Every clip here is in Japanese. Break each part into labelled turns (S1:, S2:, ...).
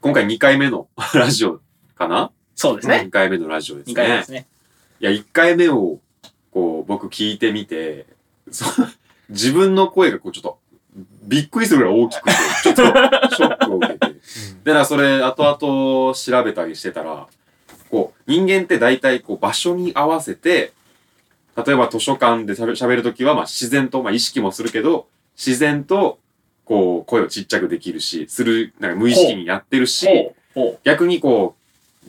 S1: 今回2回目の ラジオかな
S2: そうですね。
S1: ?2 回目のラジオです
S2: 2
S1: ね。
S2: 回目ですね。
S1: いや、1回目を、こう、僕聞いてみて、そ自分の声がこう、ちょっと、びっくりするぐらい大きくて、ちょっと、ショックを受けて。で、な、それ、後々調べたりしてたら、こう、人間って大体、こう、場所に合わせて、例えば図書館でしゃべ喋るときは、まあ、自然と、まあ、意識もするけど、自然と、こう、声をちっちゃくできるし、する、なんか無意識にやってるし、
S2: ほう、ほ
S1: 逆にこう、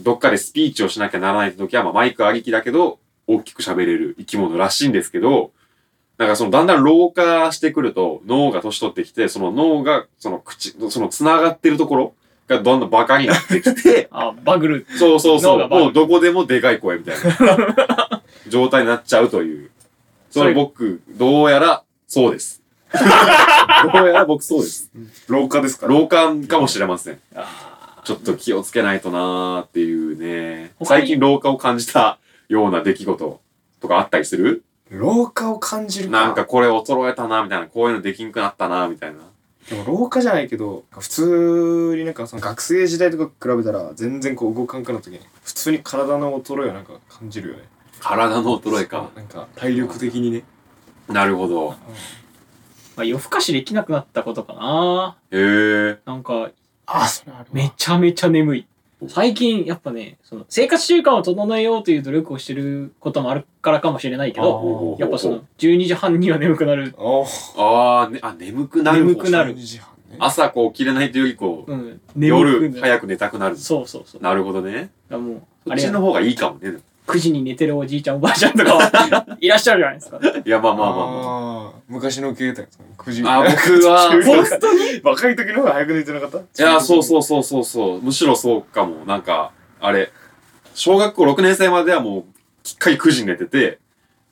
S1: どっかでスピーチをしなきゃならない時は、まあ、マイクありきだけど、大きく喋れる生き物らしいんですけど、なんかそのだんだん老化してくると、脳が年取ってきて、その脳が、その口、その繋がってるところがどんどんバカになってき
S2: 、
S1: て
S2: う。あ、バグる。
S1: そうそうそ
S2: 脳が
S1: う、
S2: バカ
S1: もうどこでもでかい声みたいな 状態になっちゃうという。そ
S2: そ
S1: れ
S2: れ
S1: 僕、どうやら、そう です。どうやら僕そうです。
S3: 廊下ですから。
S1: 老化かもしれません。
S2: あ
S1: ちょっと気をつけないとなーっていうね。
S2: 他に
S1: 最近老化を感じたような出来事とかあったりする
S3: 廊下を感じるか
S1: なんかこれ衰えたなみたいな、こういうのできんくなったなみたいな。
S3: でも廊下じゃないけど、普通になんかその学生時代とか比べたら全然こう動かんくなった時に、普通に体の衰えをなんか感じるよね。
S1: 体の衰えか。
S3: なんか体力的にね。
S1: なるほど。
S2: ーまあ、夜更かしできなくなったことかな。
S1: へえ。
S2: なんか、
S3: あ、それあるわ
S2: めちゃめちゃ眠い。最近、やっぱね、その生活習慣を整えようという努力をしてることもあるからかもしれないけど、
S1: あー
S2: やっぱその、12時半には眠くなる。
S3: あ
S1: あー、ね、あ、眠くなる。
S2: 眠くなる
S3: 12時半ね。
S1: 朝こう起きれないというよりこう、
S2: うん。
S1: 夜
S2: 眠くなる。
S1: 早く寝たくなる。
S2: そうそうそう。だ
S1: な
S2: か
S1: るほどね。
S2: らもう、
S1: そ
S2: あ
S1: っ
S2: れ
S1: ち
S2: や
S1: の方がいいかもね。
S2: 9時に寝てるおじいちゃんおばあちゃんとかは いらっしゃるじゃないですか。
S1: いや、まあまあまあまあ。
S3: あー昔の携帯。9時
S1: あ、僕 は、
S2: 本当に
S3: 若い時の方が早く寝てなかったい
S1: いや、そう
S3: う。
S1: そうそうそうそう。むしろそうかも。なんか、あれ、小学校6年生まではもう、きっかり9時に寝てて、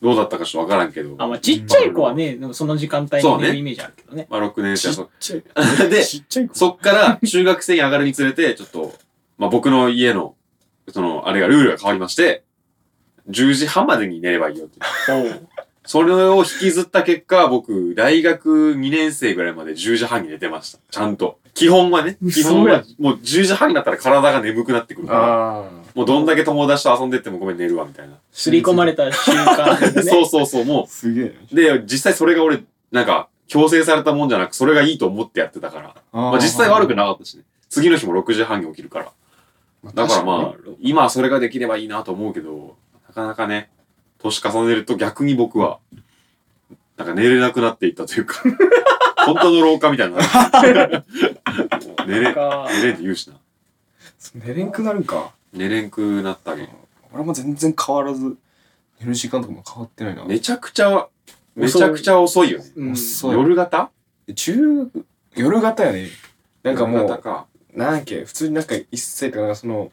S1: どうだったかちょっとわからんけど。
S2: あ、ま
S1: ま
S2: あ、ちっちゃい子はね、なんかその時間帯に
S1: そう
S2: 寝
S1: ね
S2: るイメージあるけどね。
S1: あ6年
S3: ち
S1: 生
S3: っ
S1: はそ
S3: ちゃい。
S1: う。で、
S3: ちっちゃい子。
S1: そっから中学生に上がるにつれて、ちょっと、まあ僕の家の、その、あれがルールが変わりまして、10時半までに寝ればいいよって。それを引きずった結果、僕、大学2年生ぐらいまで10時半に寝てました。ちゃんと。基本はね、基本は、もう10時半になったら体が眠くなってくるから。
S3: ああ。
S1: もうどんだけ友達と遊んでってもごめん寝るわみたいな。
S2: すり込ま
S3: れ
S2: れた瞬間ですね。
S1: そうそうそう、も
S3: すげえね。
S1: う。で、実際それが俺、なんか、強制されたもんじゃなく、それがいいと思ってやってたから。
S3: ま
S1: まあ実際悪く
S3: い。
S1: なかったしね。次の日も6時半に起きるから。だからまあ、今はそれができればいいなと思うけど、なかなかね、年重ねると逆に僕は、なんか寝れなくなっていったというか、本当の老化みたいになる。もう寝れ、
S2: な
S1: 寝
S2: んか
S1: れんって言うしな。
S3: 寝れんくなるか。
S1: 寝れんくなったり。
S3: 俺も全然変わらず、寝る時間とかも変わってないな。
S1: めちゃくちゃ、めちゃくちゃ遅いよね。
S2: うん、
S3: 遅い
S1: 夜型
S3: 中学、夜型やね。なんかも
S1: 夜型
S3: う、
S1: か
S3: なんやっけ、普通になんか一歳とか、その、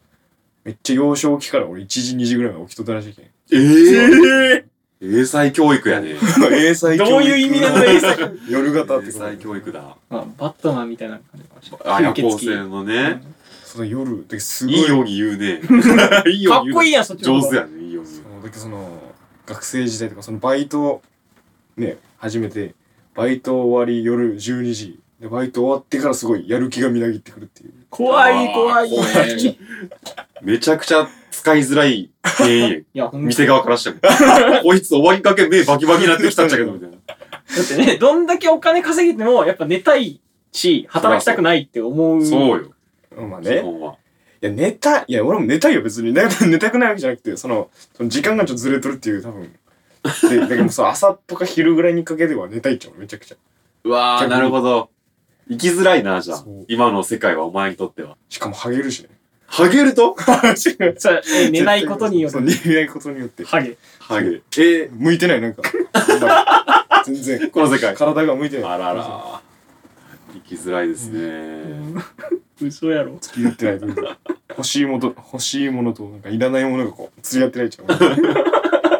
S3: めっちゃ幼少期から俺1時2時ぐらいまで起きとったら しいけん。
S1: ええ英才教育やね。
S3: 英才教育
S2: どういう意味なの英才
S3: 夜型って
S1: 英才教育だ。
S2: まあ、バットマンみたいな感じかもしれな
S1: あ、
S2: い。
S1: 夜
S2: 吸血
S1: 行
S2: 鬼
S1: 性のね。
S3: その夜、ですごい。
S1: い いように言うね。いい
S2: か
S1: ように言
S2: っ
S1: うね。
S2: こいいやん、そっちの方
S1: 上
S2: が
S1: 手やね、いいように
S3: そ。の時その学生時代とかそのバイトね始めてバイト終わり夜12時でバイト終わってからすごいやる気がみなぎってくるっていう
S2: 怖い、怖い。
S1: あー怖いめちゃくちゃ使いづらい店員や。
S2: や、ほんと
S1: 店側からしても。 こいつ終わりかけ目バキバキになってきたんじゃけど、みたいな。
S2: だってね、どんだけお金稼げても、やっぱ寝たいし、働きたくないって思う。
S1: そうよ、
S3: うんまあ
S1: 基
S3: ね
S1: 本は。
S3: いや寝たいや俺も寝たいよ別に寝 寝たくないわけじゃなくてそのその時間がちょっとずれとるっていう多分でだけどそう朝とか昼ぐらいにかけては寝たいっちゃうめちゃくちゃ
S1: うわー、
S3: 逆に
S1: なるほど。生きづらいな、じゃあ
S3: そう。
S1: 今の世界はお前にとっては。
S3: しかもハゲるしね
S1: ハゲると
S2: そうえ 寝ないことによ
S3: そう
S2: る。
S3: 寝ないことによって
S2: ハゲ。
S1: ハゲる。え
S3: 向いてないなんか あんまり全然
S1: ー、この世界。
S3: 体が向いてない
S1: あらら。生きづらいですね。
S2: 嘘やろ。
S3: 言ってないと欲しいものと欲しいものとなんかいらないものがこう釣り合ってないちゃうま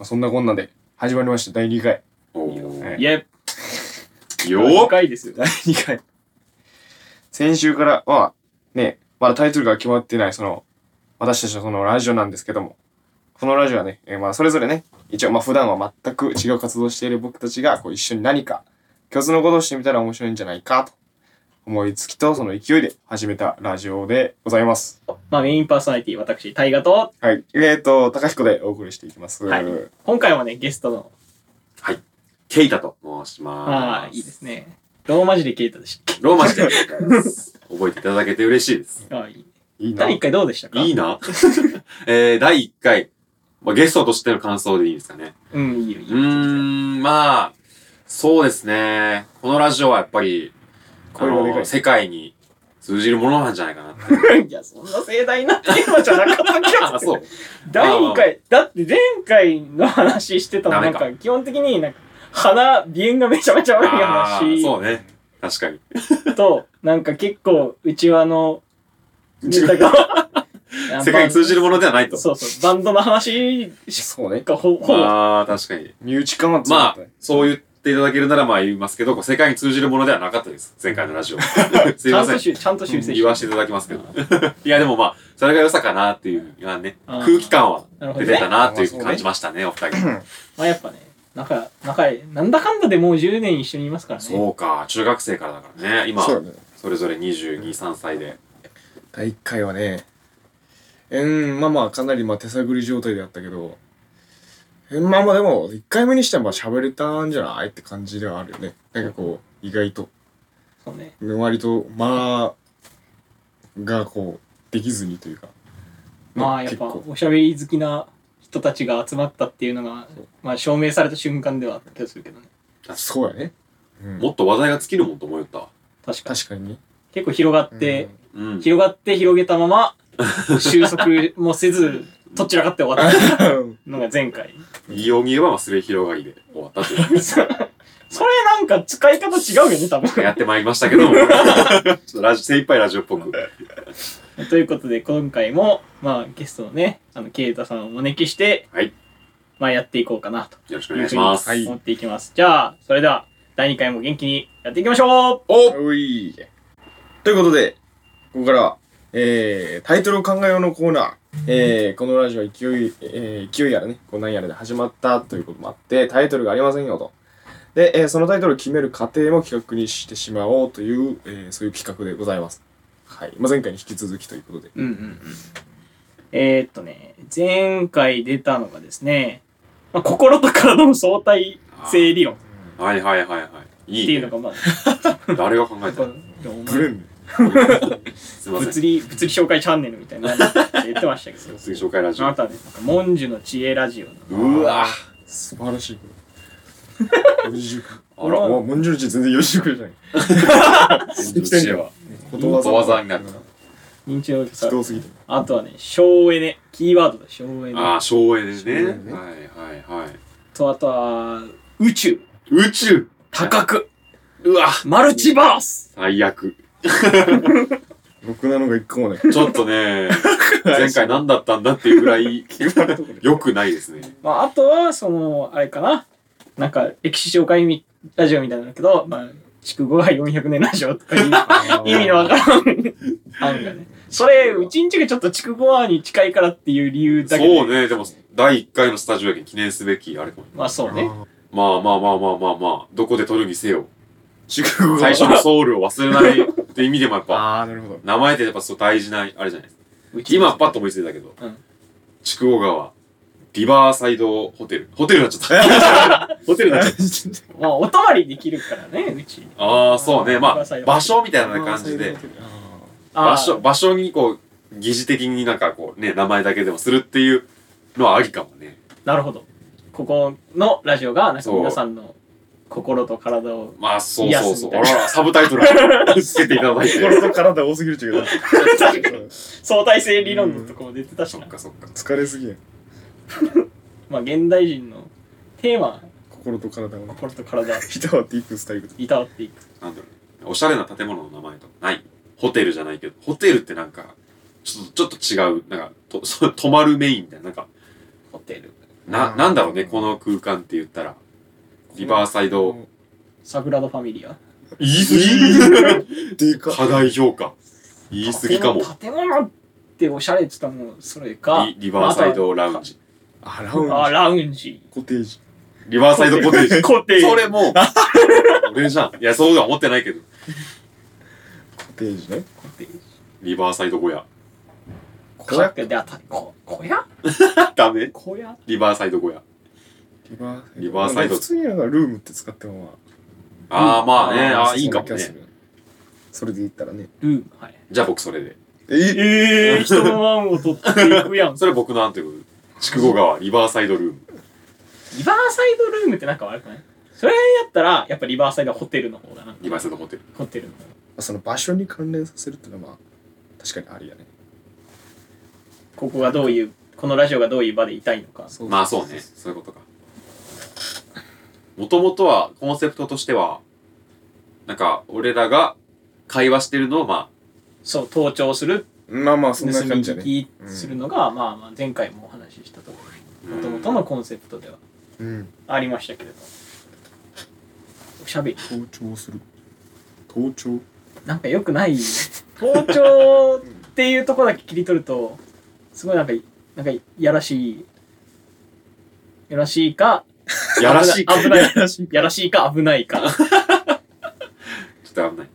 S3: あそんなこんなで始まりました第2回
S1: お
S2: い
S1: ー
S2: や、
S1: よっ
S2: 深いですよ。
S3: 第2回先週からはねまだタイトルが決まってないその私たちのそのラジオなんですけどもこのラジオはね、えーまあそれぞれね一応まあ普段は全く違う活動をしている僕たちがこう一緒に何か共通のことをしてみたら面白いんじゃないかと思いつきとその勢いで始めたラジオでございます。
S2: まあメインパーソナリティ、私、大河と、
S3: はい。えーと、高彦でお送りしていきます。
S2: はい
S3: よ
S2: 今回もね、ゲストの、
S1: ケイタと申します。
S2: ああ、いいですね。ローマ字でケイタでしたっ
S1: ローマ字でケイタです。覚えていただけて嬉しいです。
S2: けああ、いい。
S3: いいな。
S2: 第1回どうでしたか
S1: いいな。 えー、第1回、まあ、ゲストとしての感想でいいですかね。
S2: うん、いいよ、いい
S1: ー
S2: うよ。
S1: ん、まあ、そうですね。このラジオはやっぱり、あ
S3: 声がでか
S1: の、
S3: い
S1: 世界に通じるものなんじゃないかなって。
S2: いや、そんな盛大なテーマじゃなかったけ ど。
S1: あ、そう。
S2: 第2回、だって前回の話してたの
S1: ダ
S2: な
S1: メ
S2: ん
S1: か
S2: か基本的になんか鼻、鼻炎がめちゃめちゃ悪い
S1: あー
S2: 話
S1: そうね。確かに。
S2: と、なんか結構うちわの ネタが
S1: 世界に通じるものではないと。
S2: そうそう、バンドの話し
S3: そうね。
S2: かほほぼ、
S1: ああ、確かに。
S3: 身内感は強 か
S1: ま
S3: っ
S1: あ
S3: たね。、
S1: そう言っていただけるならまあ言いますけど、こう世界に通じるものではなかったです。前回のラジオ。すい
S2: ちゃ
S1: ま
S2: ん
S1: せ
S2: と
S1: ん。
S2: 修ちゃんと修正
S1: 言わせていただきますけど。いや、でもまあ、それが良さかなっていう、まあね、
S2: あー
S1: 空気感は
S2: なるほど
S1: 出てた
S2: ね。
S1: なという感じましたね、お二人。
S2: まあやっぱね、仲、仲いい、なんだかんだでもう10年一緒にいますからね。
S1: そうか、中学生からだからね、今、
S3: そうだね。
S1: それぞれ22、3歳で。
S3: 第1回はね、うん、まあまあ、かなりまあ手探り状態であったけど、うんまあまあでも、1回目にしてはまあ喋れたんじゃないって感じではあるよね。なんかこう、意外と。
S2: そうね。
S3: 割と間がこうできずにというか
S2: まあやっぱ
S3: 結構
S2: おしゃべり好きな人たちが集まったっていうのが、まあ証明された瞬間ではあった気がするけどね。
S3: そうやね、うん
S1: もっと話題が尽きるもんと思ったわ。
S2: 確かに。
S3: 確か にね
S2: 結構広がって、
S1: うん。
S2: 広がって広げたまま、収束もせず、どちらかって終わったのが 前回。
S1: いいように言えば、まあすれ広がりで終わったという。
S2: それなんか使い方違うよね、多分。
S1: やってまいりましたけども。ちょっとラジ精一杯ラジオっぽく。
S2: ということで、今回も、まあゲストのね、あの、ケイタさんをお招きして、
S1: はい
S2: まあやっていこうかなと
S1: よろしくお
S2: い
S1: 願
S2: う
S1: い
S2: ふ
S1: します。
S2: うに思っていきます。じゃあ、それでは、第2回も元気にやっていきましょう
S1: お
S3: おいということでここからは、えー、タイトルを考えようのコーナー、えー、このラジオは勢い、えー、勢いやらねこうなんやらで始まったということもあってタイトルがありませんよとで、えー、そのタイトルを決める過程も企画にしてしまおうという、えー、そういう企画でございますはい、まあ、前回に引き続きということで
S2: うんうんうん。えー、っとね、前回出たのがですね、まあ、心と体の相対性理論っ
S1: はいはいはいはい。い
S2: て
S1: い、
S2: いう
S1: ね。
S2: のが、まあ、
S1: 誰が考えた
S2: こ
S1: の
S2: のお前
S3: ブレン
S1: すいませ
S2: 物
S1: ん。、
S2: 理、物理紹介チャンネルみたいなの言ってましたけど
S1: 次紹介ラジ
S2: あな
S1: オ。
S2: たはね、なんかモンジュの知恵ラジオの
S1: うわ
S3: 素晴らしいこ れ。40句。
S1: あら、
S3: もう文字の字全然40句じゃない。
S1: 全然知恵は。
S3: ことわざ。
S1: ことわざになる
S2: 認知能力さ
S3: 人、多すぎて。
S2: あとはね、省エネ、キーワードだ、省エネ。
S1: ああ、省エネね。
S3: 省エネね
S1: はいはいはい。
S2: と、あとは、宇宙、
S1: 宇宙
S2: 多角、
S1: うわ
S2: マルチバース
S1: 最悪。
S3: ろくなのが一 個もない。
S1: ちょっとね、前回何だったんだっていうぐら い、良くないですね。
S2: まあ、あとは、その、あれかな。なんか、歴史紹介みラジオみたいなんだけど、まあ、筑後は400年ラジオとかいう 意味のわからん案がね。それ、うちんちがちょっと筑後はに近いからっていう理由だけで。
S1: そうね、でも、第1回のスタジオやけん記念すべき、あれかも。
S2: まあそうね。
S1: まあまあまあまあまあまあ、どこで撮るにせよ。
S3: 宿語
S1: 最初のソウルを忘れないって意味でもやっ ぱ、
S3: ああ、なるほど。
S1: 名前ってやっぱそう大事な、あれじゃないですか。
S2: うち
S1: 今パッと思いついたけど
S2: うん、
S1: 筑後川、リバーサイドホテル。ホテルになっちゃった。 ホテルになっちゃった。
S2: まあお泊まりできるからね、うち。
S1: ああ、そうね。まあ、場所みたいな感じで、場所、
S2: あ
S1: 場所にこう、疑似的になんかこうね、名前だけでもするっていうのはありかもね。
S2: ーなるほど。ここのラジオが、なんか
S1: そう
S2: 皆さんの心と体を。
S1: まあ、そうそうそう。
S2: いや
S1: あら、サブタイトルつけていた だい
S3: 心
S1: て。
S3: と体多すぎるっていう
S2: 確かに
S3: か、
S2: 相対性理論のとこも出てたし
S1: そっ
S2: な。
S1: かそっか。
S3: 疲れすぎやん。
S2: まあ現代人のテーマ、
S3: 心と体を。
S2: 心と体、
S3: いたわっていくスタイル。
S2: いたわっていく。
S1: なんだろうね。おしゃれな建物の名前とかない。ホテルじゃないけど、ホテルってなんか、ちょっと、ちょっと違う。なんか、と、そう泊まるメインみたいな。なんか、
S2: ホテル。
S1: な、なんだろうね、この空間って言ったら。リバーサイド。
S2: サグラダ・ファミリア。
S1: 言い過ぎ
S3: でかっ。
S1: 課題評価。言い過ぎかも。
S2: 建物建物っておしゃれって言ったらもうそれか。
S1: リリバーサイドラウンジ。
S3: あら
S2: まあ。あとはあ、ラウンジ。
S3: コテージ。
S1: リバーサイドコテージ。
S2: コテージ。
S1: それもう、俺じゃん。いや、そうは思ってないけど。
S3: テージね。
S1: リバーサイド小屋。
S2: 小屋であたこ小屋
S1: ダメ
S2: 小屋
S1: リバーサイド小屋。
S3: リバー
S1: リバーサイド
S3: 普通になんかルームって使ってもま
S1: ああ、まあね。
S3: あ。
S1: ああ、いいかも
S3: そんな気が
S1: ね
S3: す。る。それで言ったらね。
S2: ルームはい
S1: じゃあ僕それで。
S3: え
S2: ええ人の案を取っていくやん
S1: それ僕の案ということで。筑後川リバーサイドルーム。
S2: リバーサイドルームってなんか悪くないそれやったらやっぱリバーサイドホテルの方だな
S1: リバーサイドホテル。
S2: ホテルの方
S3: その場所に関連させるってのはまあ、確かにありやね。
S2: ここがどういうこのラジオがどういう場でいたいのか
S3: そ
S1: まあそうね。そういうことか。もともとは、コンセプトとしては、なんか、俺らが会話してるのを、ま
S2: そう盗聴する
S3: まあまあ、
S2: 盗
S3: そ
S2: み
S3: んな感じだ
S2: 聞
S3: ね。
S2: きするのが、まあまあ前回もお話ししたとこ
S1: あ、
S2: ろもともとのコンセプトでは
S3: うん。
S2: ありましたけれどおしゃべり
S3: 盗聴する。盗聴
S2: なんか良くない盗聴っていうところだけ切り取るとすごいなんかなんかやらしいやらしいか
S1: やらしい。ちょ
S2: 危ない
S3: らしい。
S2: やらしいか危ないか
S1: っと危ない。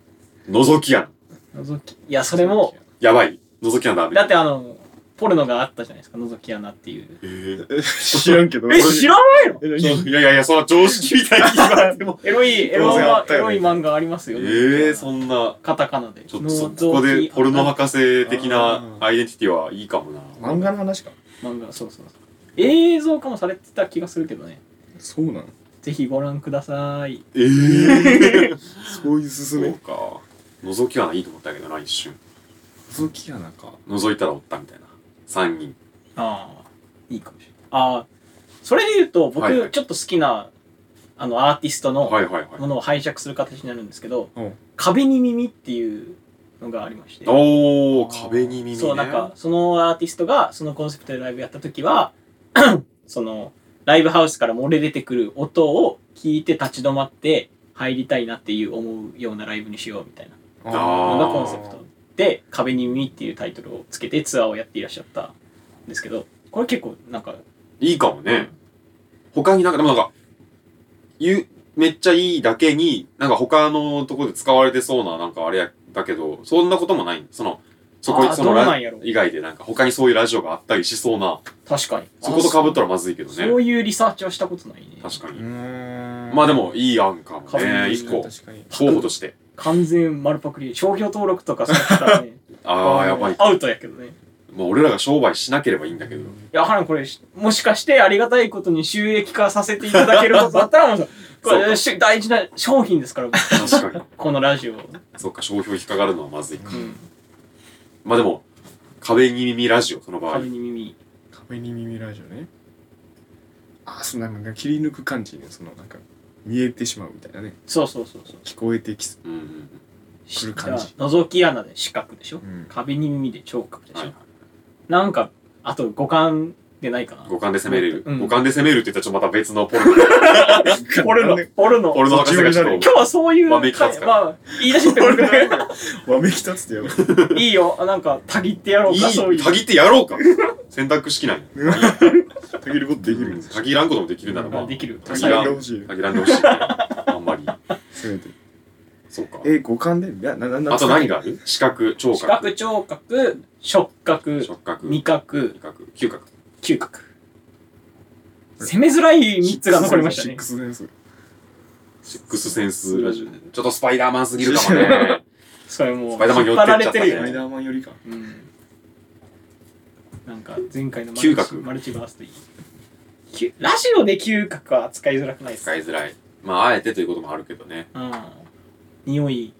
S1: 覗き穴。
S2: 覗きいやそれも。
S1: やばい。覗き穴ダメ。
S2: だってあのポルノがあったじゃないですか覗き穴っていう
S1: えー
S3: 知らんけど。
S2: え知らないの
S3: え
S1: そういやいやいや、その常識みたいに言われて も。
S2: エロいエロ
S3: 当然あった
S2: エ
S3: よ
S2: ロ
S3: ね
S2: い漫画あります
S1: え
S2: よ
S1: えそんな。
S2: カタカナで
S1: ちょっとそここでポルノ博士的なアイデンティティはいいかもな。
S3: 漫画の話か。
S2: 漫画そうそうそう映像化もされてた気がするけどね
S3: そうなん
S2: ぜひご覧ください
S1: ええ ー。
S3: そういう進
S1: そう
S3: め。
S1: か。覗き穴いいと思ったけどな、一瞬。
S3: 覗き穴か。
S1: 覗いたらおったみたいな。三人。
S2: ああいいかもしれないああそれで言うと僕、
S1: はいはい
S2: ちょっと好きなあのアーティストの
S1: はいはい
S2: も
S1: はい。
S2: のを拝借する形になるんですけど「
S3: うん
S2: 壁に耳」っていうのがありまして
S1: おお壁に耳ね。
S2: そうなんかそのアーティストがそのコンセプトでライブやった時は そのライブハウスから漏れ出てくる音を聞いて立ち止まって入りたいなっていう思うようなライブにしようみたいなのがコンセプトで「壁に耳」っていうタイトルをつけてツアーをやっていらっしゃったんですけどこれ結構なんか
S1: いいかもね。他になんか、でもなんか、ゆめっちゃいいだけに、なんか他のところで使われてそうな、なんかあれや、だけど、そんなこともない。その、そこ
S2: あ、ー
S1: その
S2: どうな
S1: ラ
S2: んやろ
S1: 以外でなんか他にそういうラジオがあったりしそうな、
S2: 確かに
S1: そこと被ったらまずいけど
S2: そうそ
S1: ね。
S2: ういうリサーチはしたことないね
S1: 確かに。
S3: ん
S1: まあでも、いい案かも
S2: 壁に
S1: ね。
S2: 耳
S1: 一個、
S3: 確かに。
S1: 候補として。
S2: 完全丸パクリ商業登録とかされてたらね
S1: ああ、やばい。
S2: アウトやけどね
S1: まあ俺らが商売しなければいいんだけど。
S2: いや、はらんこれ、もしかしてありがたいことに収益化させていただけることだったら、もうさ、こ
S1: そう
S2: れ
S1: か
S2: し大事な商品ですから、
S1: 確かに。
S2: このラジオ。う
S1: そっか、商標引っかかるのはまずいか。
S2: ん。
S1: まあでも、壁に耳ラジオ、その場合
S2: 壁。に耳。
S3: 壁に耳ラジオね。ああ、そのなんか切り抜く感じね。そのなんか、見えてしまうみたいなね。
S2: そうそうそうそう。
S3: 聞こえてきす。
S1: うんうんうん。
S2: し
S3: 来る感じ
S2: だから覗き穴で視覚でしょ
S3: う。ん。
S2: 壁に耳で聴覚でし
S1: はい
S2: ょ。なんか、あと五感でないかな。
S1: 五感で攻めれる。
S2: うん
S1: 五感で攻めるって言ったらちょっとまた別のポルノ。
S2: 俺の、俺の。
S1: 俺の博士がちょっ
S2: 今日はそういう、
S1: わめき立つから
S2: まあ、言い出しって悪くない。
S3: わめき立つってや ば い。
S2: いいよ。あなんか、たぎってやろ
S1: と。
S2: うか、そう
S1: い
S2: い
S1: い、
S2: う。
S1: たぎってやろうか。選択式なんや。
S3: たぎることできるんです
S1: たぎらんこともできるなら
S2: まあ
S1: ば。
S2: できる。
S1: た
S3: た
S1: ぎ
S3: ぎ
S1: ら
S3: らん
S1: ん
S3: が。欲しい。
S1: たぎらんでほしいね。あんまり。
S3: せめて。
S1: そうか。
S3: え、五感でいや、な、な、な、
S1: あと何がある視覚、聴
S2: 視覚、
S1: 覚、
S2: 聴覚、触覚、
S1: 触覚、
S2: 味
S1: 味
S2: 覚、
S1: 覚、嗅覚。
S2: 嗅覚。攻めづらい3つが残りました
S3: シ
S2: ね
S3: ック。スセンス。
S1: シックスセンスラジオ。ちょっとスパイダーマンすぎるかも
S3: シッ
S1: ね。
S2: それもう、引
S1: スパイダーマン寄っ
S2: っ
S1: て
S2: 張
S1: っちゃった
S2: ら
S1: ね
S2: れてるよ
S3: ライ
S2: ね。
S3: ダーマンよりか。
S2: うんなんか、前回のマルチ
S1: 嗅覚
S2: マルチバースといい。きゅラジオで嗅覚は扱いづらくないですか
S1: 使いづらい。まあ、あえてということもあるけどね。
S2: うん。匂い。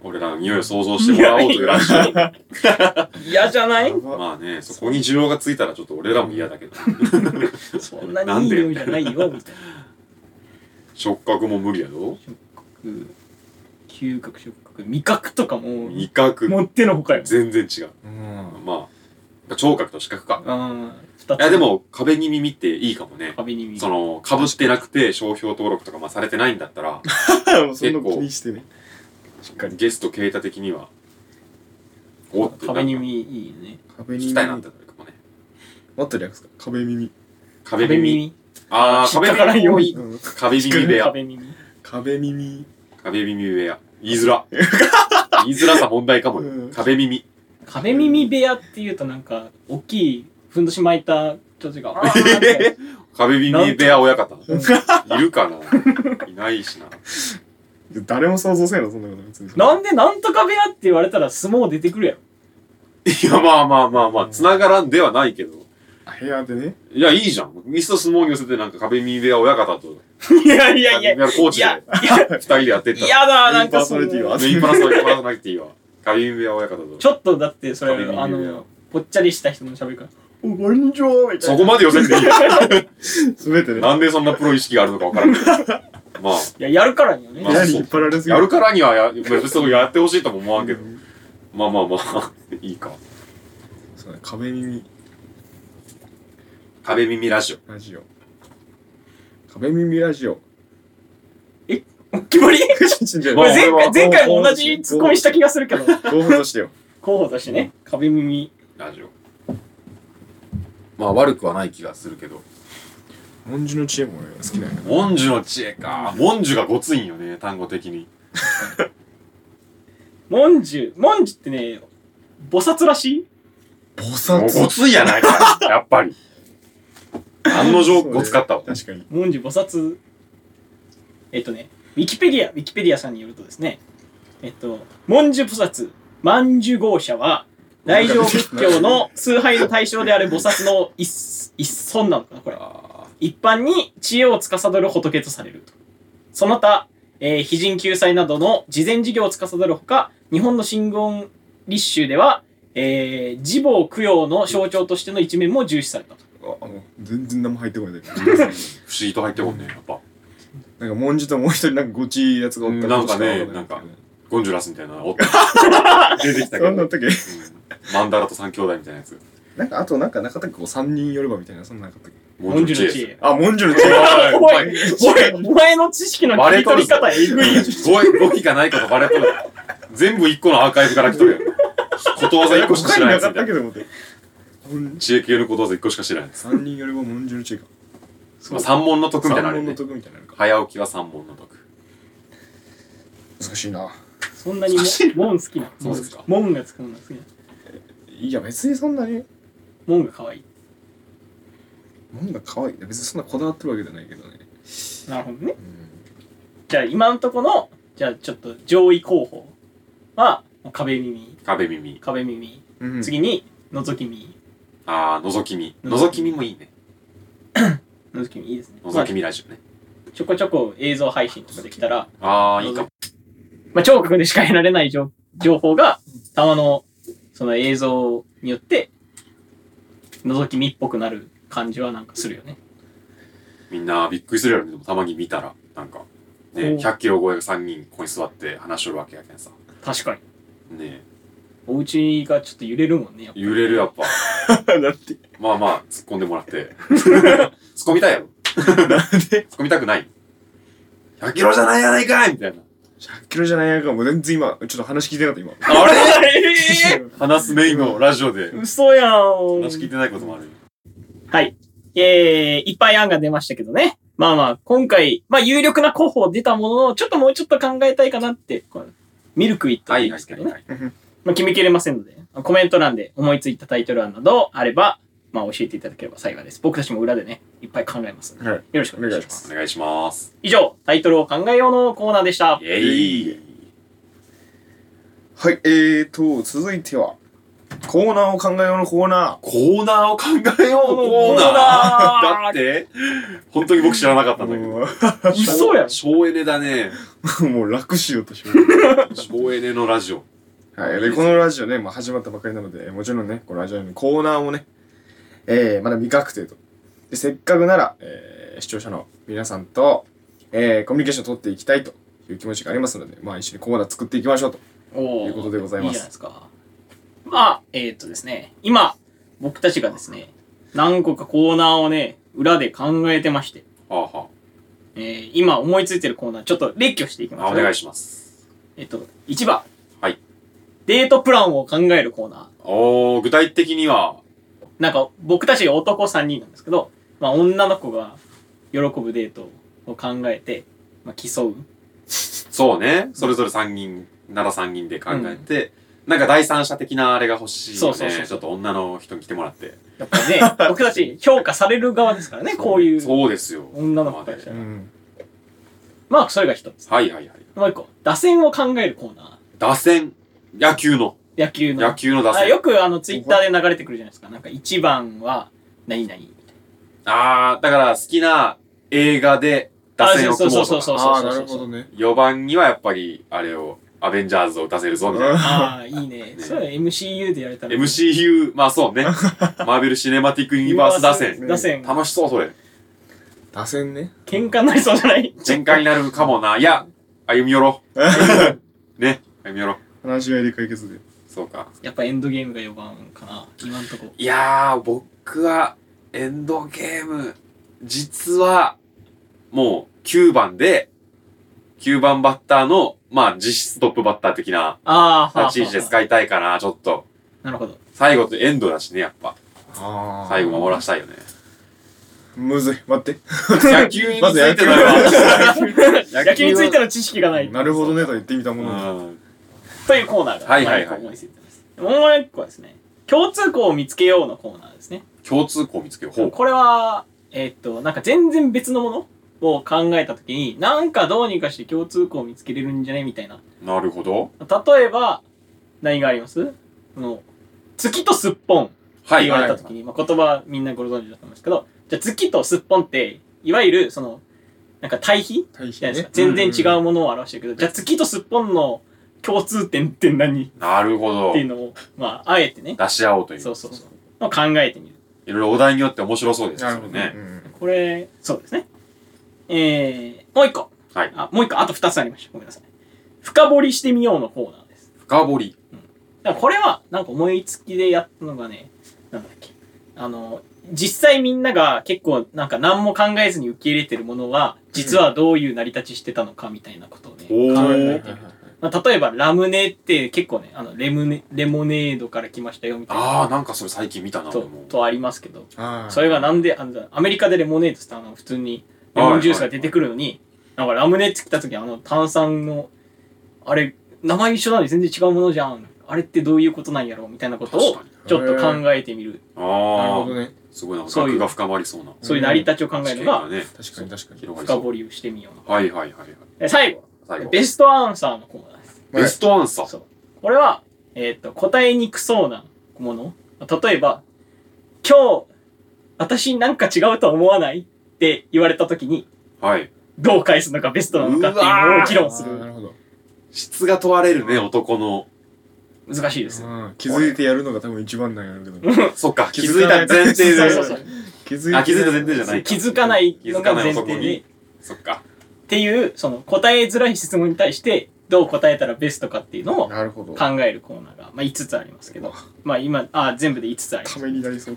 S1: 俺らの匂いを想像してもらおうというラジオ。
S2: 嫌じゃない
S3: やば
S1: まあね、そこに需要がついたらちょっと俺らも嫌だけど。
S2: そんなにいい匂いじゃないよ、みたいな。
S1: 触覚も無理やろ
S2: 嗅覚、触覚、味覚とかも、
S1: 味覚、
S2: 持ってのほかよ。
S1: 全然違う。
S3: うん。
S1: まあ、聴覚と視覚か。
S2: うん。二つ。
S1: いや、で、も、壁に耳っていいかもね。
S2: 壁に見
S1: その、かぶしてなくて、商標登録とか、まあ、されてないんだったら、
S3: そんな気にしてね。しっかり。
S1: ゲスト経過的には、おってなんか
S2: 壁に見いいね。
S3: 壁
S1: 聞
S3: 耳。
S1: きたいなってなるかもね。
S3: もっと略すか。壁耳。
S1: 壁耳。。あー、
S2: 引っ
S1: 壁
S2: かからん
S1: 耳
S2: よう
S1: 多
S2: に
S1: い。
S3: うん
S1: 壁耳部屋。
S2: 壁耳。
S3: 壁耳。
S1: 壁耳部屋。言いづら。言いづらさ問題かもよ
S3: うん。
S1: 壁耳。
S2: 壁耳部屋っていうとなんか、大きい、ふんどし巻いた人たちが、あーって
S1: 壁耳部屋親方。
S2: うん
S1: いるかないないしな。
S3: 誰も想像せんの、そんなこと別に。
S2: なんでなんとか部屋って言われたら相撲出てくるやろ。
S1: いや、まあまあまあまあ、繋がらんではないけど。
S3: あ部屋でね。
S1: いや、いいじゃん。椅子と相撲に寄せて、なんか壁耳部屋親方と、
S2: いやいやいや、
S1: やるコーチで
S2: いや、
S1: 二人でやってったら。
S2: 嫌だ、なん
S3: メインパ
S2: か
S3: ーソ
S2: そ
S3: ナ
S2: の
S3: リティは
S1: メインパラソナリティは、壁耳部屋親方と。
S2: ちょっとだってそれ
S1: 壁、耳
S2: あ
S1: 部屋
S2: の、ぽっちゃりした人の喋りから、お、こんにちは、みた
S1: そ
S2: いな。
S1: こ
S2: い
S1: まで寄せんでいいよ。
S3: すべてね。
S1: なんでそんなプロ意識があるのかわからんけど。まあ、
S2: や、やるからにはね
S1: まあ
S3: 部。屋に引っ張られすぎ
S1: やるからにはや、別にそうやってほしいとも思わんけど。まあまあまあ、いいか。
S3: そうね壁耳
S1: 壁耳ラジオ。
S3: ラジオ。壁耳ラジオ。
S2: 決まり
S1: まあ
S2: これ
S3: 前
S2: 前回、前回も同じツッコミした気がするけど。
S3: 候補としてよ。
S2: 候補としてね、壁耳。
S1: ラジオ。まあ悪くはない気がするけど。
S3: モンジュの知恵も俺好きなんやな。
S1: 文殊の知恵か。文殊がごついんよね、単語的に。
S2: モンジュ、モンジュってね、菩薩らしい
S3: 菩
S1: もうご
S3: 薩。
S1: ついやない か。やっぱり。案の定ごつかったわ。
S3: 確かに。
S2: 文字菩薩えっとねウィキペディアウィキペディアさんによるとですねえっと文殊菩薩万寿号車は大乗仏教の崇拝の対象である菩薩の一一尊なのかなこれ
S1: あ
S2: 一般に知恵を司る仏とされるとその他、えー、非人救済などの慈善事業を司るほか日本の真言立宗では、えー、慈母供養の象徴としての一面も重視されたと
S3: あもう全然何も入ってこないんだけど。
S1: ー不思議と入ってこんね、やっぱ。
S3: なんかモンジュともう一人なんかごちいやつがおったら
S1: うんなんかね
S3: どっちわらい
S1: ゴンジュラスみたいなのおった。 出てきたけ
S3: そ
S1: ど。
S3: ん
S1: う
S3: なんんだっけ
S1: マンダラと三兄弟みたいなやつ。
S3: なんかあとなんかなかったっけこう三人寄ればみたいなそんなんなかったっけ
S1: 文殊の知恵。
S3: あ、モンジュの知恵。
S2: おい、おい、お前の知識の切り取り方えぐいよ。
S1: 語彙語彙がないことバレとる。全部一個のアーカイブから来とるやん。ことわざ一個しか知らんやつ
S3: 他になか
S1: みた
S3: った
S1: い
S3: け
S1: な。
S3: ど思って。モン
S1: 知恵系のことわざ一個しか知らんやつ。
S3: 三人寄ればモンジュの知恵か。
S1: まあ、三問の徳みたいなのあ
S3: 三
S1: るよ
S3: 問
S1: ね。
S3: の得みたいなのか。
S1: 早起きは三問の徳。
S3: 難しいな。
S2: そんなにも門好きな
S1: そう
S2: の
S1: ですか。
S2: 門がつくのが好きなの
S3: いや、別にそんなに。
S2: 門が可愛い。
S3: モンが可愛い。別にそんなこだわってるわけじゃないけどね。
S2: なるほどね。じゃあ今のとこの、じゃあちょっと上位候補は、壁耳、
S1: 壁耳。
S2: 壁耳、
S3: うん。
S2: 次に、覗き耳。
S1: ああ、覗き見。
S2: 覗き見
S1: 覗き見もいいね。
S2: 覗き耳いいですね。ま
S1: 覗
S2: あ
S1: き見ラジオね。
S2: ちょこちょこ映像配信とかできたら、
S1: ああ、いいかも。
S2: まあ、聴覚でしか得られない情情報が、たまの、その映像によって、覗き見っぽくなる感じはなんかするよね。
S1: みんなびっくりするやろね。でもたまに見たら、なんか、ね、
S2: おう
S1: 100キロ超えが3人ここに座って話しとるわけやけんさ。
S2: 確かに。
S1: ね
S2: お家がちょっと揺れるもんね、やっぱ
S1: 揺れるやっぱ。
S3: だって。
S1: まあまあ、突っ込んでもらって。 突っ込みたいやろ。突っ込みたくない。100キロじゃないやないかいみたいな。
S3: 100キロじゃないやんか。もう全然今、ちょっと話聞いてなかった今。
S1: あれ
S2: え
S1: 話すメインのラジオで
S2: ー、 嘘やん。
S1: 話聞いてないこともあるよ。
S2: はい。えー、いっぱい案が出ましたけどね。まあまあ、今回、まあ有力な候補出たものの、ちょっともうちょっと考えたいかなって、こうミルクイット
S1: は
S2: で
S1: い、
S2: いいで
S1: はい、
S2: すけどね。
S1: はい。
S2: まあ、決めきれませんので、コメント欄で思いついたタイトル案などあれば、まあ、教えていただければ幸いです。僕たちも裏でね、いっぱい考えますので、
S3: はい
S2: よろしくお願いします。
S1: お願いします。
S2: 以上、タイトルを考えようのコーナーでした
S1: イ。ェイ
S3: はい、えーと、続いては、コーナーを考えようのコーナ
S1: コーナーを考えようのコーナー
S2: コーナー
S1: だって、本当に僕知らなかったんだけど。
S3: ー。
S2: 嘘やん。
S1: 省エネだね。
S3: もう、もう楽しようとしよう。
S1: 省エネのラジオ。
S3: はい、で、このラジオね、まあ始まったばかりなので、もちろんね、このラジオのコーナーもね、えー、まだ未確定と。で、せっかくなら、えー、視聴者の皆さんと、えー、コミュニケーションを取っていきたいという気持ちがありますので、まあ一緒にコーナー作っていきましょうと。
S2: おー
S3: ということでございます
S2: いじゃないですか。まあ、えーっとですね、今、僕たちがですね、何個かコーナーをね、裏で考えてまして、
S1: あーは
S2: えー今思いついてるコーナー、ちょっと列挙していき
S1: あ、
S2: ま
S1: お
S2: す、
S1: 願い
S2: し
S1: します。
S2: えーっと、1番。
S1: はい。
S2: デートプランを考えるコーナー。
S1: おー、具体的には、
S2: なんか、僕たち男3人なんですけど、まあ、女の子が喜ぶデートを考えて、まあ、競う。
S1: そうね、それぞれ3人奈良参人で考えて、なんか第三者的なあれが欲しいよね。
S2: そうそうそう
S1: ちょっと女の人に来てもらって。
S2: やっぱりね、僕たち評価される側ですからね、こういう
S1: そうですよ。
S2: 女の子たち
S3: う
S2: は。
S3: ん。
S2: まあ、それが一つ。
S1: はいはいはい。
S2: もう一個、打線を考えるコーナ
S1: 打線。野球の。
S2: ー。野球の。
S1: 野球の打
S2: あ
S1: 線。
S2: よくあの、ツイッターで流れてくるじゃないですか。なんか、一番は、何々みたい
S1: ああ、だから好きな映画で
S2: な。
S1: 打線を組も
S2: そう
S1: う
S2: そう
S1: とか。
S2: そうそうそ
S3: ああ、
S2: うそう
S3: な
S2: そう
S3: るほどね。
S1: 4番にはやっぱり、あれを、アベンジャーズを出せるぞ、みたいな。
S2: ああ、いい ね。そうだね MCU でやれたら。
S1: MCU、まあそう ね。マーベル・シネマティック・ユニバース打線。
S2: 打線。
S1: 楽しそう、それ。
S3: 打線ね。
S2: 喧嘩になりそうじゃない
S1: 全開になるかもな。いや、歩み寄ろ う。ね、歩み寄ろう。
S3: 話し合いで解決で。
S1: そうか。
S2: やっぱエンドゲームが4番かな。今んとこ。
S1: いやー、僕は、エンドゲーム、実は、もう、9番で、9番バッターの、まあ、実質トップバッター的な
S2: ああ、はあ
S1: 立ち位置で使いたいかな、ちょっと。
S2: なるほ ど。
S1: 最後とエンドだしね、やっぱ。
S3: あ
S1: 最後守らしたいよね。
S3: むずい。待って。
S1: 野球につ
S3: まず野
S1: い
S3: 球
S1: てだよ。
S2: 野球につい
S1: て
S2: ての知識がない。
S3: なるほどねと言ってみたものの。
S2: というコーナーが、
S1: はいはいはい
S2: もう一個思いついてます。もう一個はですね、共通項を見つけようのコーナーですね。
S1: 共通項見つけよう。ほう。
S2: これは、えーっと、なんか全然別のものを考えたときに、なんかどうにかして共通項を見つけれるんじゃねみたいな。
S1: なるほど。
S2: 例えば、何がありますこの、月とすっぽんって
S1: はい。
S2: 言われたときに、まあ、言葉みんなご存知だと思うんですけど、じゃあ月とすっぽんって、いわゆるその、なんか対比
S3: 対
S2: じゃないですか。全然違うものを表してるけど、じゃあ月とすっぽんの共通点って何
S1: なるほど
S2: ってい。うのを、まあ、あえてね、
S1: 出し合おうという。
S2: そうそうそう、まあ、考えてみる。
S1: いろいろお題によって面白そうですよ
S3: なるほどね
S1: ね。。
S2: これ、そうですね。えー、もう一個。
S1: はい
S2: あ、もう一個、あと二つありました。ごめんなさい。深掘りしてみようのコーナーです。
S1: 深掘り。
S2: だからこれは、なんか思いつきでやったのがね、なんだっけ。あの、実際みんなが結構なんか何も考えずに受け入れてるものは、実はどういう成り立ちしてたのかみたいなことをね、
S1: おー
S2: 考
S3: はいはい
S2: え
S3: は
S2: てみる
S3: い。
S2: まあ、例えばラムネって結構ねあのレムネレモネードから来ましたよみたい
S1: あ
S2: な
S1: あ、なんかそれ最近見たな、
S2: と
S1: 俺も
S2: とありますけど
S3: ああ。
S2: それがなんであのアメリカでレモネードってあの普通にレモンジュースが出てくるのになんかラムネって来た時あの炭酸のあれ名前一緒なのに全然違うものじゃんあれってどういうことなんやろうみたいなことを
S1: 確かに
S2: ちょっと考えてみる
S3: なるほ
S1: あ
S3: ど
S1: あ、
S3: ね。
S1: すごいなんか
S2: そういう
S1: 学が深まりそうな。
S2: そういう成り立ちを考えるのが
S1: ね、
S3: 確かに確かに。
S1: 広がり
S2: 深
S1: そ
S2: 掘りをしてみよ
S1: う。はいはいはいはい。
S2: うで最後
S1: 最後。
S2: ベストアンサーのコーナーです
S1: ベストアンサー。
S2: そうこれは、えーっと答えにくそうなもの例えば「今日私なんか違うとは思わない?」って言われた時に
S1: はい。
S2: どう返すのがベストなのかっていうのを議論す
S3: ああな
S2: る
S3: るほど。
S1: 質が問われるね、男の。
S2: 難しいです、
S3: うん気づいてやるのが多分一番なんやろうけど。
S1: そっか、気
S3: 気
S1: づ
S3: づ
S1: い
S3: かな
S1: た
S3: い
S1: 前提
S2: そう
S1: で
S2: そう。そう
S3: 気づい
S1: あ気づいた前提じゃない
S2: 気づかないのが
S1: 気づか
S2: 前
S1: ない男
S2: 提で
S1: に
S2: っ
S1: そっか。
S2: ていうその答えづらい質問に対してどう答えたらベストかっていうのを
S3: なるほど。
S2: 考えるコーナーが、まあ、5つありますけ
S3: う
S2: ど
S3: わ
S2: まあ今あ全部で5つあります
S3: ためになりそう。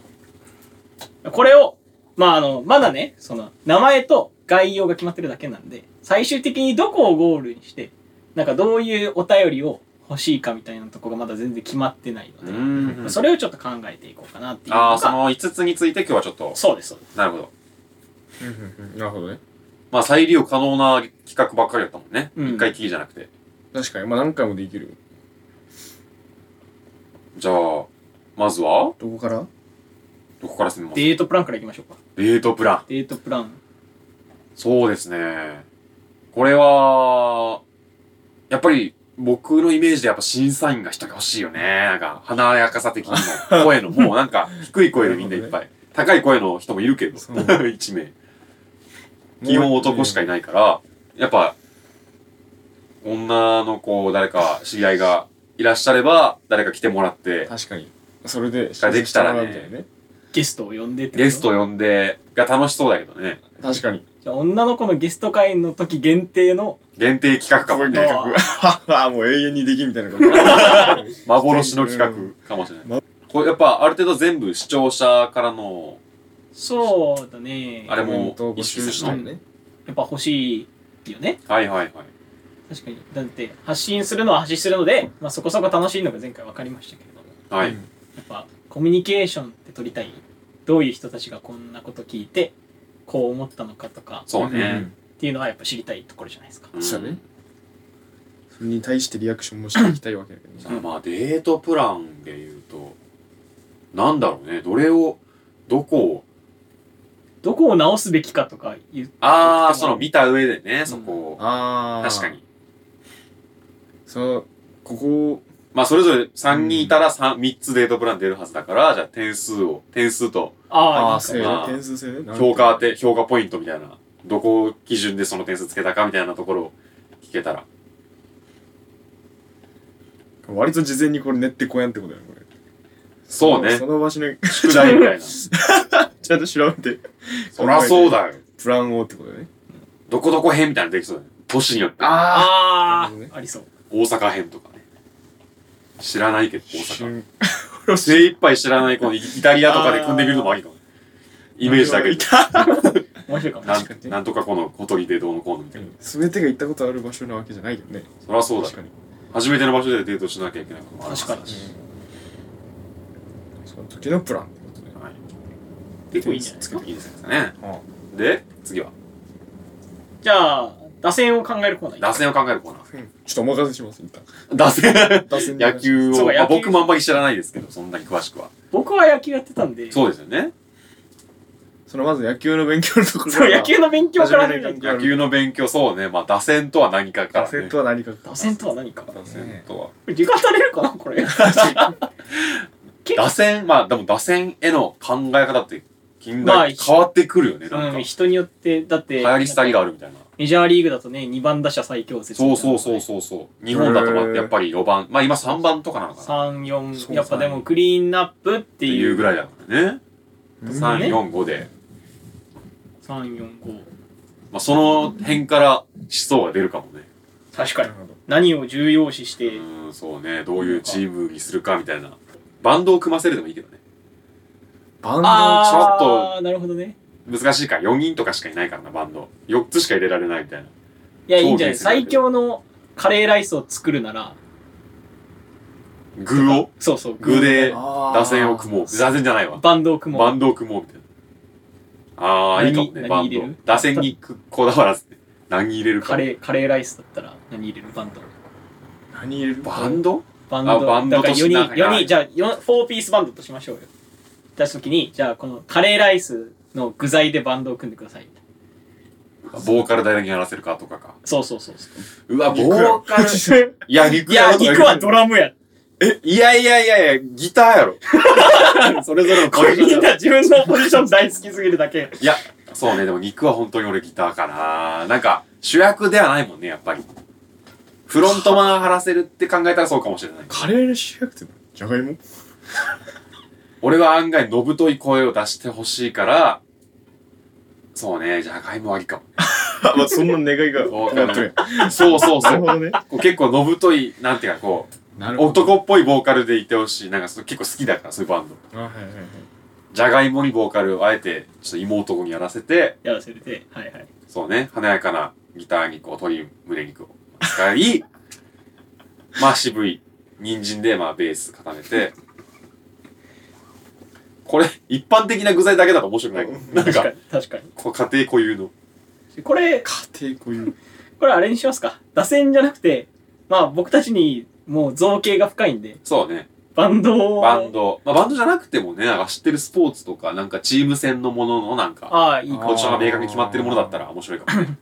S2: これを、まあ、あの、まだね、その、名前と概要が決まってるだけなんで、最終的にどこをゴールにして、なんかどういうお便りを欲しいかみたいなとこがまだ全然決まってないの
S1: う
S2: で、
S1: ん。
S2: それをちょっと考えていこうかなっていうのが。
S1: ああ、その5つについて今日はちょっと。
S2: そうです、そうです。
S1: なるほど。
S3: なるほどね。
S1: まあ、再利用可能な企画ばっかりだったもんね。
S2: うん
S1: 一回きりじゃなくて。
S3: 確かに。まあ何回もできる。
S1: じゃあ、まずは、
S3: どこから
S1: どこから進みます
S2: デートプランからいきましょうか。
S1: デートプラン。
S2: デートプラン。
S1: そうですね。これは、やっぱり僕のイメージでやっぱ審査員が人が欲しいよね。なんか、華やかさ的に も、声の、もうなんか、低い声でみんないっぱい。高い声の人もいるけど、
S3: そう
S1: 一名。基本男しかい
S3: な
S1: ないから、やっぱ、女の子、誰か知り合いがいらっしゃれば、誰か来てもらって、
S3: 確かに。それで、
S1: ができたらね
S3: みいな。
S2: ゲストを呼んでってこと
S1: ゲスト呼んで、が楽しそうだけどね。
S3: 確かに。
S2: じゃあ女の子のゲスト会の時限定の、
S1: 限定企画かも
S3: こういう
S1: ね
S3: 企。 画。ははもう永遠にできんみた いなこと。
S1: 幻の企画かもしれない。これやっぱある程度全部視聴者からの
S2: そうだね。
S1: あれ
S3: コメン
S1: も
S3: トを募集したいね。
S2: やっぱ欲しいよね。
S1: はいはいはい。
S2: 確かに。だって、発信するのは発信するので、まあ、そこそこ楽しいのが前回分かりましたけれども、
S1: はい。
S3: うん
S2: やっぱ、コミュニケーションって取りたい。どういう人たちがこんなこと聞いて、こう思ったのかとか、
S1: そうね。
S2: っていうのはやっぱ知りたいところじゃないですか。
S1: うん
S3: そうね。それに対してリアクションもしていきたいわけだけど
S1: じゃあまあデートプランで言うと、なんだろうね、どれを、どこを、
S2: どこを直すべきかとか言う
S1: ああ、その見た上でね、そこを。
S3: ああ
S1: 確かに。
S3: そうここ
S1: まあそれぞれ3人いたら 3, 3つデートプラン出るはずだから、じゃあ点数を、点数と
S2: あ
S3: あ
S2: あ
S3: あ
S2: いい
S1: そう
S2: か
S3: 制
S2: も
S1: や
S3: 点数制で
S1: 評価当て、評価ポイントみたいな、どこを基準でその点数つけたかみたいなところを聞けたら。
S3: 割と事前にこれ練ってこうやんってことやろこれ
S1: そうね
S3: そ。の場所 の
S1: 宿題みたいな。
S3: ちゃんと調べて
S1: そらそうだよ。
S3: プランをってことだね
S1: どこどこ編みたいなのできそうだね。都市によって。
S3: あ
S2: あ
S3: なるほどね
S2: あありそう
S1: 大阪編とかね。知らないけど、大阪。
S3: 大
S1: 精一杯知らない、このイイタリアとかで組んでみるのもありかも。イメージだけで。
S2: 面白いかも
S1: な
S3: 確かに
S1: ん
S3: ね
S1: なんとかこの小鳥でどうのこうのみたいな。
S3: 全てが行ったことある場所なわけじゃないけどね
S1: そりゃそうだ
S3: 確。かに
S1: 初めての場所でデートしなきゃいけないこともある
S2: 確かに
S3: その時のプランってことね
S1: に。はい。
S2: 結構いいんじゃないで
S1: つ
S2: す
S1: け
S2: か
S1: ていいですかね。
S3: あ
S1: で、次は。
S2: じゃあ打線を考えるコーナー
S1: 打線を考えるコーナー。
S3: ちょっとお任せします一旦
S1: 打線
S3: 打線
S1: 野球
S2: そう
S1: を、
S2: か
S1: まあ
S2: 野球
S1: 僕もあんまり知らないですけど、そんなに詳しくは。
S2: 僕は野球やってたんで
S1: そうですよね。
S3: そのまず野球の勉強のところ
S2: そう野球の勉強から始めた
S3: 始めない
S1: 野球の勉強、そうね。まあ、打線とは何かから、ね。
S3: 打線とは何か
S2: 打線とは何かこ
S1: 打線とは。
S2: れ時間足れるかなこれ
S1: 打線、まあ、でも打線への考え方って、近
S2: まあ
S1: 代変わってくるよね。なんか、
S2: うん
S1: 流
S2: 人によってだって
S1: 行り廃りがあるみたいな。
S2: メジャーリーグだとね2番打者最強説
S1: そうそうそうそうそう。日本だとまあやっぱり4番、まあ今3番とかなのかなっ
S2: 34
S3: そう
S2: やっぱでもクリーンナップって
S1: てい
S2: いうう
S1: ぐらいだからね。
S3: うん
S1: 3、4、5で。
S2: 345
S1: まあその辺から思想が出るかもね。
S2: 確
S3: な
S2: か
S3: る
S2: に
S3: ほど
S2: 何を重要視し
S1: う
S2: て
S1: ーん、そうね。どういうチームにするかみたいな。バンドを組ませるでもいいけどね。
S3: バンド
S2: あ
S1: ち
S2: あなるほどね
S1: 難しいから4人とかしかいないからな、バンド。4つしか入れられないみたいな。
S2: いや
S1: そう
S2: いいんじゃない
S1: ですね
S2: 最強のカレーライスを作るなら
S1: グーを
S2: そうそう
S1: グーで
S3: あー
S1: 打線を組もう。打線じゃないわ。
S2: バンドを組も
S1: バ
S2: う
S1: ンドを組もうみたいな。ああ、いいかもね、
S2: 何
S1: バン
S2: 何入れる
S1: ド。打線にくこだわらず、何入れるか。
S2: カレーカレーライスだったら何入れるバンド
S3: 何入れる
S1: バンド
S2: バン
S1: あ
S2: ド
S1: バンド
S2: だから
S1: とし
S2: 4
S1: な
S2: 人四
S1: は
S2: 人
S1: い
S2: じゃあ4 4ピースバンドとしましょうよ出す時にじゃあこのカレーライスの具材でバンドを組んでください
S1: ボーカル誰にやらせるかとかか。
S2: そうそうそうそう
S1: うわ、
S3: 肉
S1: ボーカル。いや、肉
S2: いや
S1: とか言う
S2: 肉はドラムや
S1: いやいやいやいや、ギターやろ。 それぞれの
S2: こ
S1: ポ
S2: れ
S1: ジシ
S2: み
S1: ョ
S2: ん
S1: ンだ
S2: な自分のポジション大好きすぎるだけ
S1: いや、そうね、でも肉は本当に俺ギターかな。なんか、主役ではないもんね、やっぱり。フロントマン張らせるって考えたらそうかもしれない。
S3: カレーの主役ってじゃがいも
S1: 俺は案外、のぶとい声を出してほしいから、そうね、じゃがいもありか
S3: まあそんな願いが
S1: わ
S3: わ
S1: かる
S3: かってる
S1: も。そうそう
S3: な
S1: そ
S3: るほ
S1: う。
S3: どね
S1: こう結構のぶとい、なんていうかこう、
S3: な
S1: 男っぽいボーカルでいてほしい。なんかそ結構好きだから、そういうバンド。
S3: あはいはいはい
S1: じゃがいもにボーカルをあえて、ちょっと妹にやらせて、
S2: やらせてはいはい
S1: そうね、華やかなギターにこう、鶏胸肉を使い、 まあ渋い、人参でまあベース固めて、これ、一般的な具材だけだと面白くないから。なん
S2: 確か
S1: か、
S2: に確かに
S1: こう家庭固有の。
S2: これ
S3: 家庭こういう
S2: これあれにしますか打線じゃなくてまあ僕たちにもう造形が深いんで
S1: そうね、
S2: バンドを
S1: バンド。まあバンドじゃなくてもね、なんか知ってるスポーツとか、なんかチーム戦のもののなんか、
S2: ああいいか
S1: ポジションが明確に決まってるものだったら面白いかも ね。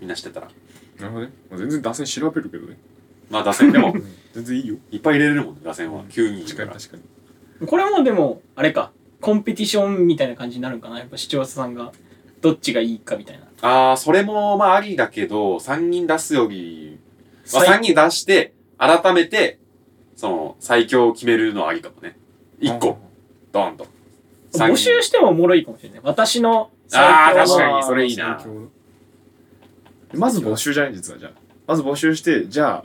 S1: みんな知ってたら。
S3: なるほどねまあ全然打線調べるけどね
S1: まあ打線でも、
S3: 全然いいよ
S1: いっぱい入れれるもんね、打線は。9人いる
S3: 確か
S1: か
S3: に
S1: ら。
S3: 確かに
S2: これもでもあれかコンペティションみたいな感じになるんかなやっぱ視聴者さんがどっちがいいかみたいな
S1: ああ、それもまあありだけど、3人出すよりまあ、
S2: 最
S1: 3人出して、改めて、その、最強を決めるのはありかもね。1個、ドーンと。三人
S2: 募集してもおもろいかもしれない私の
S1: あー
S2: 最強
S1: 確
S2: の
S1: かにそれいいな
S3: 最強まず募集じゃない実はじゃあまず募集してじゃあ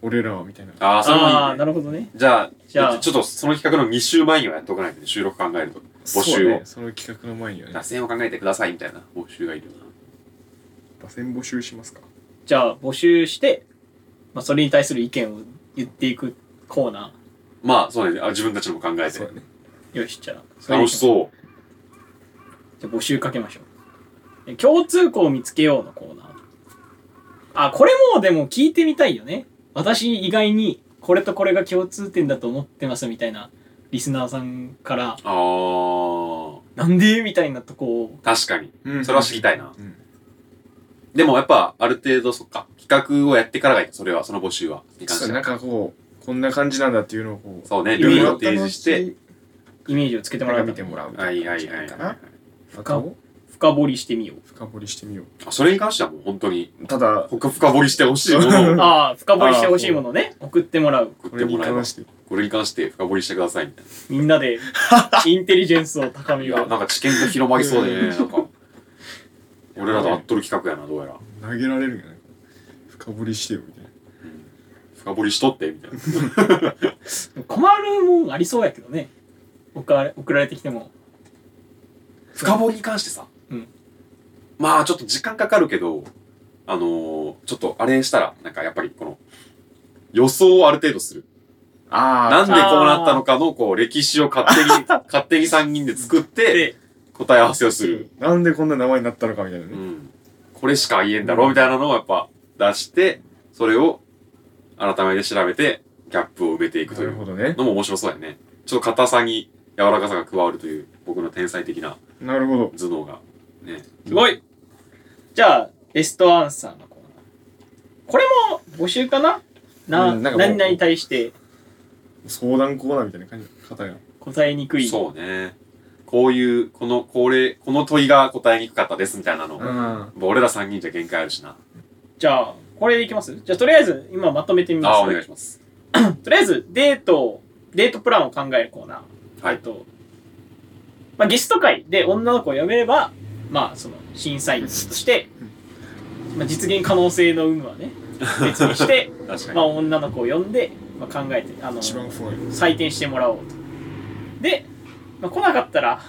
S3: 俺らはみたいな
S1: ああ、それもいいね
S2: ああーなるほどね
S1: じゃあ、
S2: じゃあ
S1: ちょっとその企画の2週前にはやっとかないとね、収録考えると。募集を
S3: そうねその企画の前にはね
S1: 打線を考えてくださいみたいな募集がいるよな。
S3: 打線募集しますか
S2: じゃあ募集して、まあ、それに対する意見を言っていくコーナ
S1: まあ、そうね。あ自分たちも考えて
S3: そう。だね
S2: ーよしじゃあそれいい
S1: 楽
S2: か
S1: し
S2: も
S1: そ
S2: じゃあ募集かけましょうえ共通項を見つけようのコーナーあこれもでも聞いてみたいよね私意外にこれとこれが共通点だと思ってますみたいなリスナーさんから
S1: あー、
S2: なんでみたいなとこを
S1: 確かに。
S4: うん
S1: それは知りたいな。
S4: うん
S1: でもやっぱ、ある程度、そっか。企画をやってからがいいかそれは、その募集は。に関し
S3: そ
S1: て
S3: う
S1: は
S3: なんかこう、こんな感じなんだっていうのをこう、
S1: そうね、
S2: いろ
S1: ル
S2: い
S1: ール
S2: ろ
S1: を提示して。
S2: イメージをつけても
S3: な
S2: ら
S3: んか
S2: う
S3: 見てもらうみ
S1: は
S3: たい
S1: い
S3: な
S1: は
S3: 感
S1: い
S3: じ
S1: は
S3: ないんか
S1: は。。
S3: ない中を
S2: 深掘りしてみよう
S3: 深掘りしてみよう。
S1: あそれに関してはもう本当に、
S3: ただ、
S1: ほか深掘りしてほしいものを
S3: うん
S2: ああ深掘りしてほしいものね送ってもらう
S1: 送
S3: こ
S1: って
S3: れ
S1: も
S3: に
S1: らえば
S3: 関、して、
S1: これに関して深掘りしてくださいみたい
S2: みんなでインテリジェンスを高
S1: な。
S2: め
S1: い
S2: よ
S1: や、
S2: う
S1: なんか知見が広まりそうでね、なんか。俺らと合っとる企画やな、どうやら。
S3: 投げられるんじゃない深掘りしてよ、みたいな。
S1: 深掘りしとって、みたいな。
S2: 困るもんありそうやけどね送られ送られてきても
S1: 深掘りに関してさ、
S2: うん
S1: まあちょっと時間かかるけどあのーちょっとあれしたらなんかやっぱりこの予想をある程度するな
S3: あ
S1: んでこうなったのかのこう歴史を勝手に 勝手に3人で作って
S2: で
S1: 答え合わせをする、
S3: あ、なんでこんな名前になったのかみたいな
S1: う
S3: ね。
S1: ん、これしか言えんだろみたいなのをやっぱ出してそれを改めて調べてギャップを埋めていく
S3: な
S1: とい
S3: る
S1: う
S3: ほどね。
S1: のも面白そうやねちょっと硬さに柔らかさが加わるという僕の天才的な
S3: なるほど。
S1: 頭脳がね
S2: すごいじゃあベストアンサーのコーナーこれも募集かなな、
S3: うんなんかもう
S2: 何々に対して
S3: 相談コーナーみたいな感じの方が。
S2: 答えにくい
S1: そうね。こういう、この、これ、この問いが答えにくかったですみたいなの。やっ
S3: ん。
S1: ぱ俺ら3人じゃ限界あるしな。
S2: じゃあこれでいきますじゃあとりあえず今まとめてみ
S1: ああ、
S2: ま
S1: お
S2: す
S1: 願いします。
S2: とりあえずデートをデートプランを考えるコーナー
S1: は
S2: えっ
S1: い。
S2: と、まあ、ゲスト会で女の子を呼べれば、まあ、その審査員として、まあ、実現可能性の有無は ね、別にして、
S1: 確か
S2: まあ、
S1: に。
S2: 女の子を呼んで、まあ、考えて、あの、
S3: 一番不安。
S2: 採点してもらおうと。で、まあ、来なかった ら、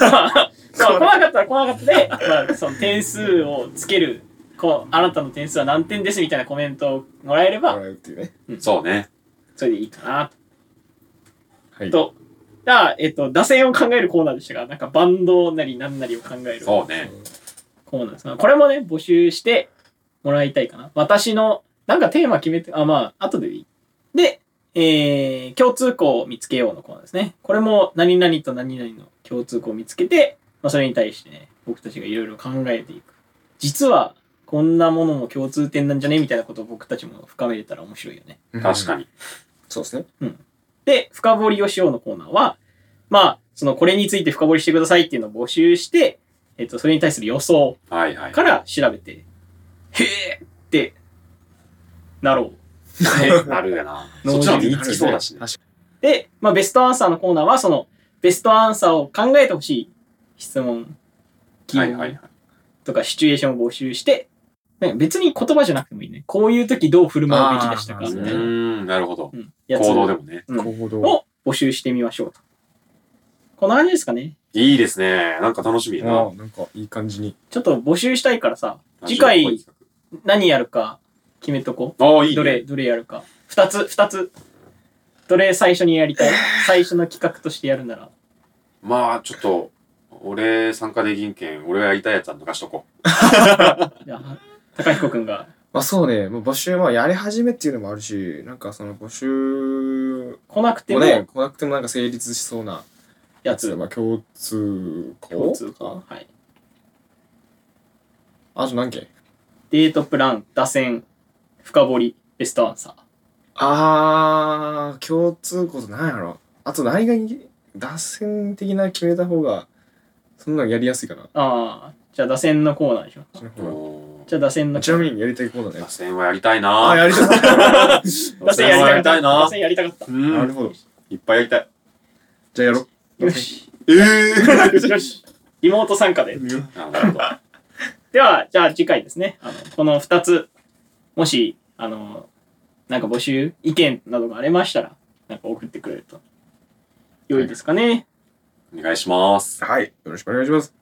S2: まあ、来なかったら来なかったで、まあ、その点数をつける、こう、あなたの点数は何点ですみたいなコメントをもらえれ
S3: も
S2: ば、
S3: らうっていうね。
S1: そうね。
S2: それでいいかなと。
S3: はい。
S2: と、じゃあ、えっと、打線を考えるコーナーでしたが、なんかバンドなりなんなりを考えるコ
S1: そうね。
S2: ーナーですが、これもね、募集してもらいたいかな。私の、なんかテーマ決めて、あ、まあ、後でいい。で、えー、共通項を見つけようのコーナーですね。これも、何々と何々の共通項を見つけて、まあ、それに対してね、僕たちがいろいろ考えていく。実は、こんなものも共通点なんじゃねみたいなことを僕たちも深めれたら面白いよね。
S1: 確か
S3: に。
S1: に。
S3: そうですね。
S2: で、深掘りをしようのコーナーは、まあ、そのこれについて深掘りしてくださいっていうのを募集して、えっと、それに対する予想
S1: はいはい。
S2: から調べて、へえってなろう。
S1: ねなるやな。そっちの方が身につきそうだしね。
S3: 確か
S2: で、まあ、ベストアンサーのコーナーは、その、ベストアンサーを考えてほしい質問、疑
S1: はいはいはい
S2: 問。とかシチュエーションを募集して、ね別に言葉じゃなくてもいいね。こういう時どう振る舞うべきでしたか
S3: あ
S1: う
S2: みたいな、
S1: ーん、なるほど
S2: う。んやつ
S1: 行動でもね。
S2: う
S3: に。行動。
S2: を募集してみましょうと。こんな感じですかね。
S1: いいですね。なんか楽しみや
S3: あ
S1: な。
S3: あ、なんかいい感じに。
S2: ちょっと募集したいからさ、
S1: ラジオ
S2: 次
S1: っ
S2: 回
S1: ぽい企
S2: 何やるか決めとこ。
S1: 画ああ、いいうね。
S2: どれ、どれやるか。二つ、二つ。どれ最初にやりたい最初の企画としてやるなら。
S1: まあ、ちょっと、俺参加できんけん、俺がやりたいやつは抜かしとこ
S2: じゃあ、高彦くんが、
S3: まあそうね、もう募集、まあやり始めっていうのもあるし、なんかその募集
S2: 来なくて
S3: も
S2: も
S3: ね、来なくてもなんか成立しそうな
S2: やつ。
S3: まあ共通項
S2: 共通か。はい。
S3: あと何件
S2: デートプラン、打線、深掘り、ベストアンサー。
S3: あー、共通項と何やろあと何がい脱線的な決めた方が、そんなのやりやすいかな。
S2: ああ、じゃあ打線のコーナーでしょ。
S3: その
S1: う。
S3: 方
S1: うん
S2: じゃあ打線の
S3: がちなみにやりたいコーナーね
S1: 打。線はやりたいな。
S3: あ、やりたかった。
S2: 打線やりたかった。打
S1: 打
S2: 線やりたかった。
S1: う
S3: なんる。ほど。
S1: いっぱいやりたい。
S3: じゃあやろう。
S2: よし。
S1: ええ
S2: よし。リモート参加で。
S1: ー、なるほど。
S2: では、じゃあ次回ですね。あのこの2つ、もし、あの、なんか募集、意見などがありましたら、なんか送ってくれると。良いですかね。
S1: お願いします。
S3: はい。よろしくお願いします。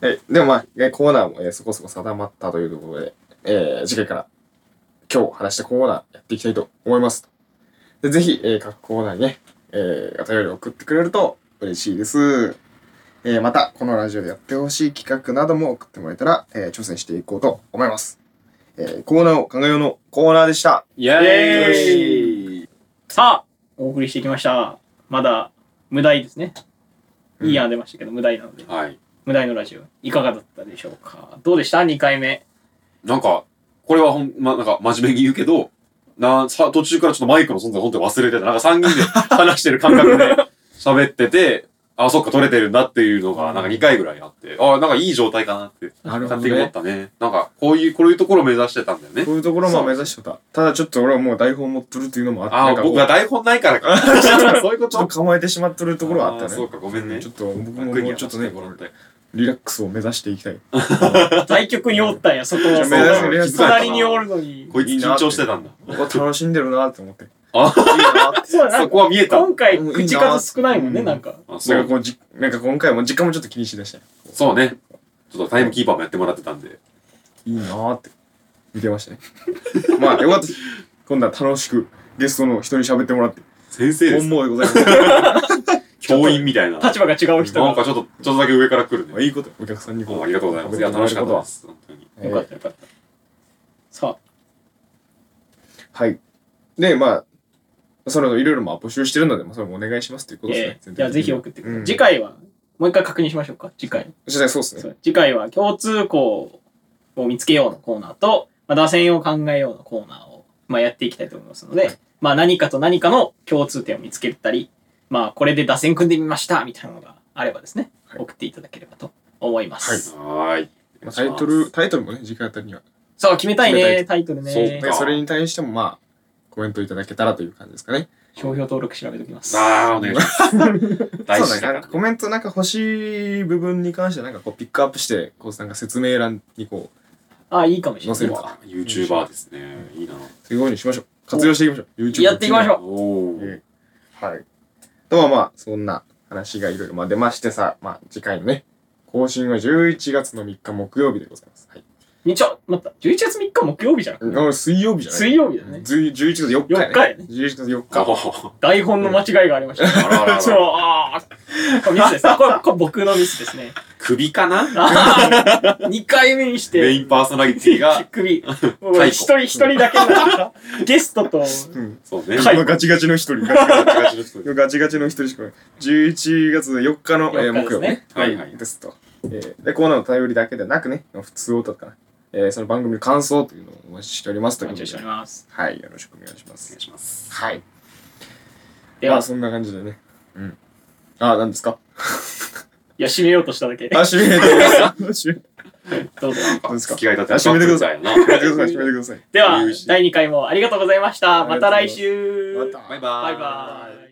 S3: はい。でもまあ、えコーナーも、えーそこそこ定まったというところで、えー次回から今日話したコーナーやっていきたいと思います。でぜひ、えー各コーナーにね、えーお便りを送ってくれると嬉しいです。えーまた、このラジオでやってほしい企画なども送ってもらえたら、えー挑戦していこうと思います。えーコーナーを考えようのコーナーでした。
S1: イェ
S2: エ
S1: ーイ
S2: さあ、お送りしてきました。まだ、無題ですね。いい案出ましたけど、無題なので。
S1: はい。
S2: 無題のラジオ、いかがだったでしょうかどうでした ?2 回目。
S1: なんか、これはほん、ま、なんか真面目に言うけど、なさ、途中からちょっとマイクの存在本当に忘れてた。なんか3人で話してる感覚 で喋ってて、あ、そっか、取れてるんだっていうのが、なんか2回ぐらいあって、あ、なんかいい状態かなって、
S3: な
S1: 勝手に思っ。たね。なんか、こういう、こういうところを目指してたんだよね
S3: こ。ういうところも目指してた。ただちょっと俺はもう台本持っとるっていうのもあって、な
S1: あ
S3: んか
S1: ー、
S3: こう
S1: 僕が台本ないから か。そういうこ
S3: ちょっ
S1: と
S3: と構えてしまっとるところはあった
S1: ー
S3: ね。
S1: そうか、ごめんね。
S3: ちょっと僕も
S1: 楽
S3: も
S1: に
S3: うちょっとね、
S1: 話してもらって
S3: リラックスを目指していきたい。
S2: 対局におっ たんや、そこ
S3: いや
S2: は。
S3: 目立つ目立つ
S2: 隣におるのに。
S1: こいつ緊張してたんだ。
S3: 僕は楽しんでるなって思って。
S1: あ
S3: いいなって
S2: そうだ
S1: そ
S2: な。
S1: こは見えた。
S2: 今回、口数少ないもんね、
S3: うん
S2: なんか。
S1: あそ
S3: なんか
S1: う
S3: こうじ、なんか今回も時間もちょっと気にしだした。
S1: そうね。ちょっとタイムキーパーもやってもらってたんで。
S3: いいなーって見てましたね。まあ、よかったです。今度は楽しくゲストの人に喋ってもらって。
S1: 先生です。
S3: 本望でございます。
S1: 教員みたいな。
S2: 立場が違う人
S1: なんか
S2: が。
S1: ちょっと、ちょっとだけ上から来る
S3: まあ
S1: ね。
S3: いいこと、お客さんに
S1: ありがとうございます。いや、楽しかったです。本当に。
S3: えー
S2: よかったよかった。さ
S3: はい。で、まあ、そのいろいろまあ募集してるので、まあ、それもお願いしますというこ
S2: あ、
S3: とです
S2: え。
S3: ね
S2: ーじゃあぜひ
S3: お
S2: 送ってくださ
S3: うん
S2: い。次回は、もう一回確認しましょうか。次回。
S3: そうです
S2: そ
S3: ね。
S2: う次回は、共通項を見つけようのコーナーと、まあ、打線を考えようのコーナーを、まあ、やっていきたいと思いますので、まあ、何かと何かの共通点を見つけたり、まあ、これで打線組んでみましたみたいなのがあればですね、
S3: はい
S2: 送っていただければと思います。
S3: はい
S1: はーい。
S3: まあ、タイトル、タイトルもね、次回あたりには。
S2: そう、決めたい
S3: 決めた
S2: ね、
S3: い
S2: タイトルね。
S1: そう
S3: で、それに対してもまあ、コメントいただけたらという感じですかね。
S2: 商標登録調べておきます。
S1: ああ、お願いします。大
S3: そう
S1: 事だ
S3: だね。
S1: か
S3: な
S1: ら
S3: んかコメントなんか欲しい部分に関してなんかこうピックアップして、こうなんか説明欄にこう、
S2: あ、いいかもしれ
S3: 載せ
S2: な
S3: る
S2: い。
S3: か。
S1: YouTuber ですね。いいな。
S3: そういうようにしましょう。活用していきましょう。YouTube
S2: やっていきましょ
S1: おお。
S3: ええはい。とはまあ、そんな話がいろいろまあ出ましてさ、まあ次回のね、更新は11月の3日木曜日でございます。はい。
S2: う。日曜、待った。11月3日木曜日じゃん。
S3: あ水曜日じゃない
S2: 水曜日だね。
S3: ずい11月4日や
S2: 4日やね
S3: 11月4
S1: か
S3: 日。
S1: わ
S2: 台本の間違いがありまし
S1: あらあらあ
S2: た。
S1: ら
S2: そう、ああ。これミスですね。これ、これ僕のミスですね。
S1: 首かな
S2: 2回目にして。
S1: メインパーソナリティ が。
S2: 首。もう一人一人だけになった。ゲストと、
S3: うん。
S1: そうね。
S2: は
S1: はいい。
S3: 今ガチガチの一人。ガチガチガチガチの一人しかない。11月4日の、えー
S2: 4日ですね
S3: 木曜日ね。
S1: はいはい
S3: ですと。えーで、コーナーの頼りだけでなくね、普通音とかね、えーその番組の感想というのをお待ちしておりますと
S2: お
S3: いう
S2: 待
S3: こと
S2: ちしてお
S3: で
S2: り。ます。
S3: はい、よろしくお願いしま
S1: お
S3: す
S1: 願い。します。
S3: はい。
S2: で
S3: ま
S2: は、
S3: あ
S2: い
S3: そんな感じでね。うん。あ、何ですか
S2: や、締めようとしただけ。
S3: あ、閉めてく ださい。閉めて
S2: どうぞ。
S1: なんか
S3: どうですか
S1: 付き合い立て
S3: あ閉めてくださ
S1: いな。
S3: ください、閉めてください。
S2: では
S1: 有意、義
S2: 第2回もありがとうございました。また来
S3: ありがとうござい
S2: 週
S3: ま。すまた
S1: バイ
S2: バイ
S1: バーイ。
S2: バイ。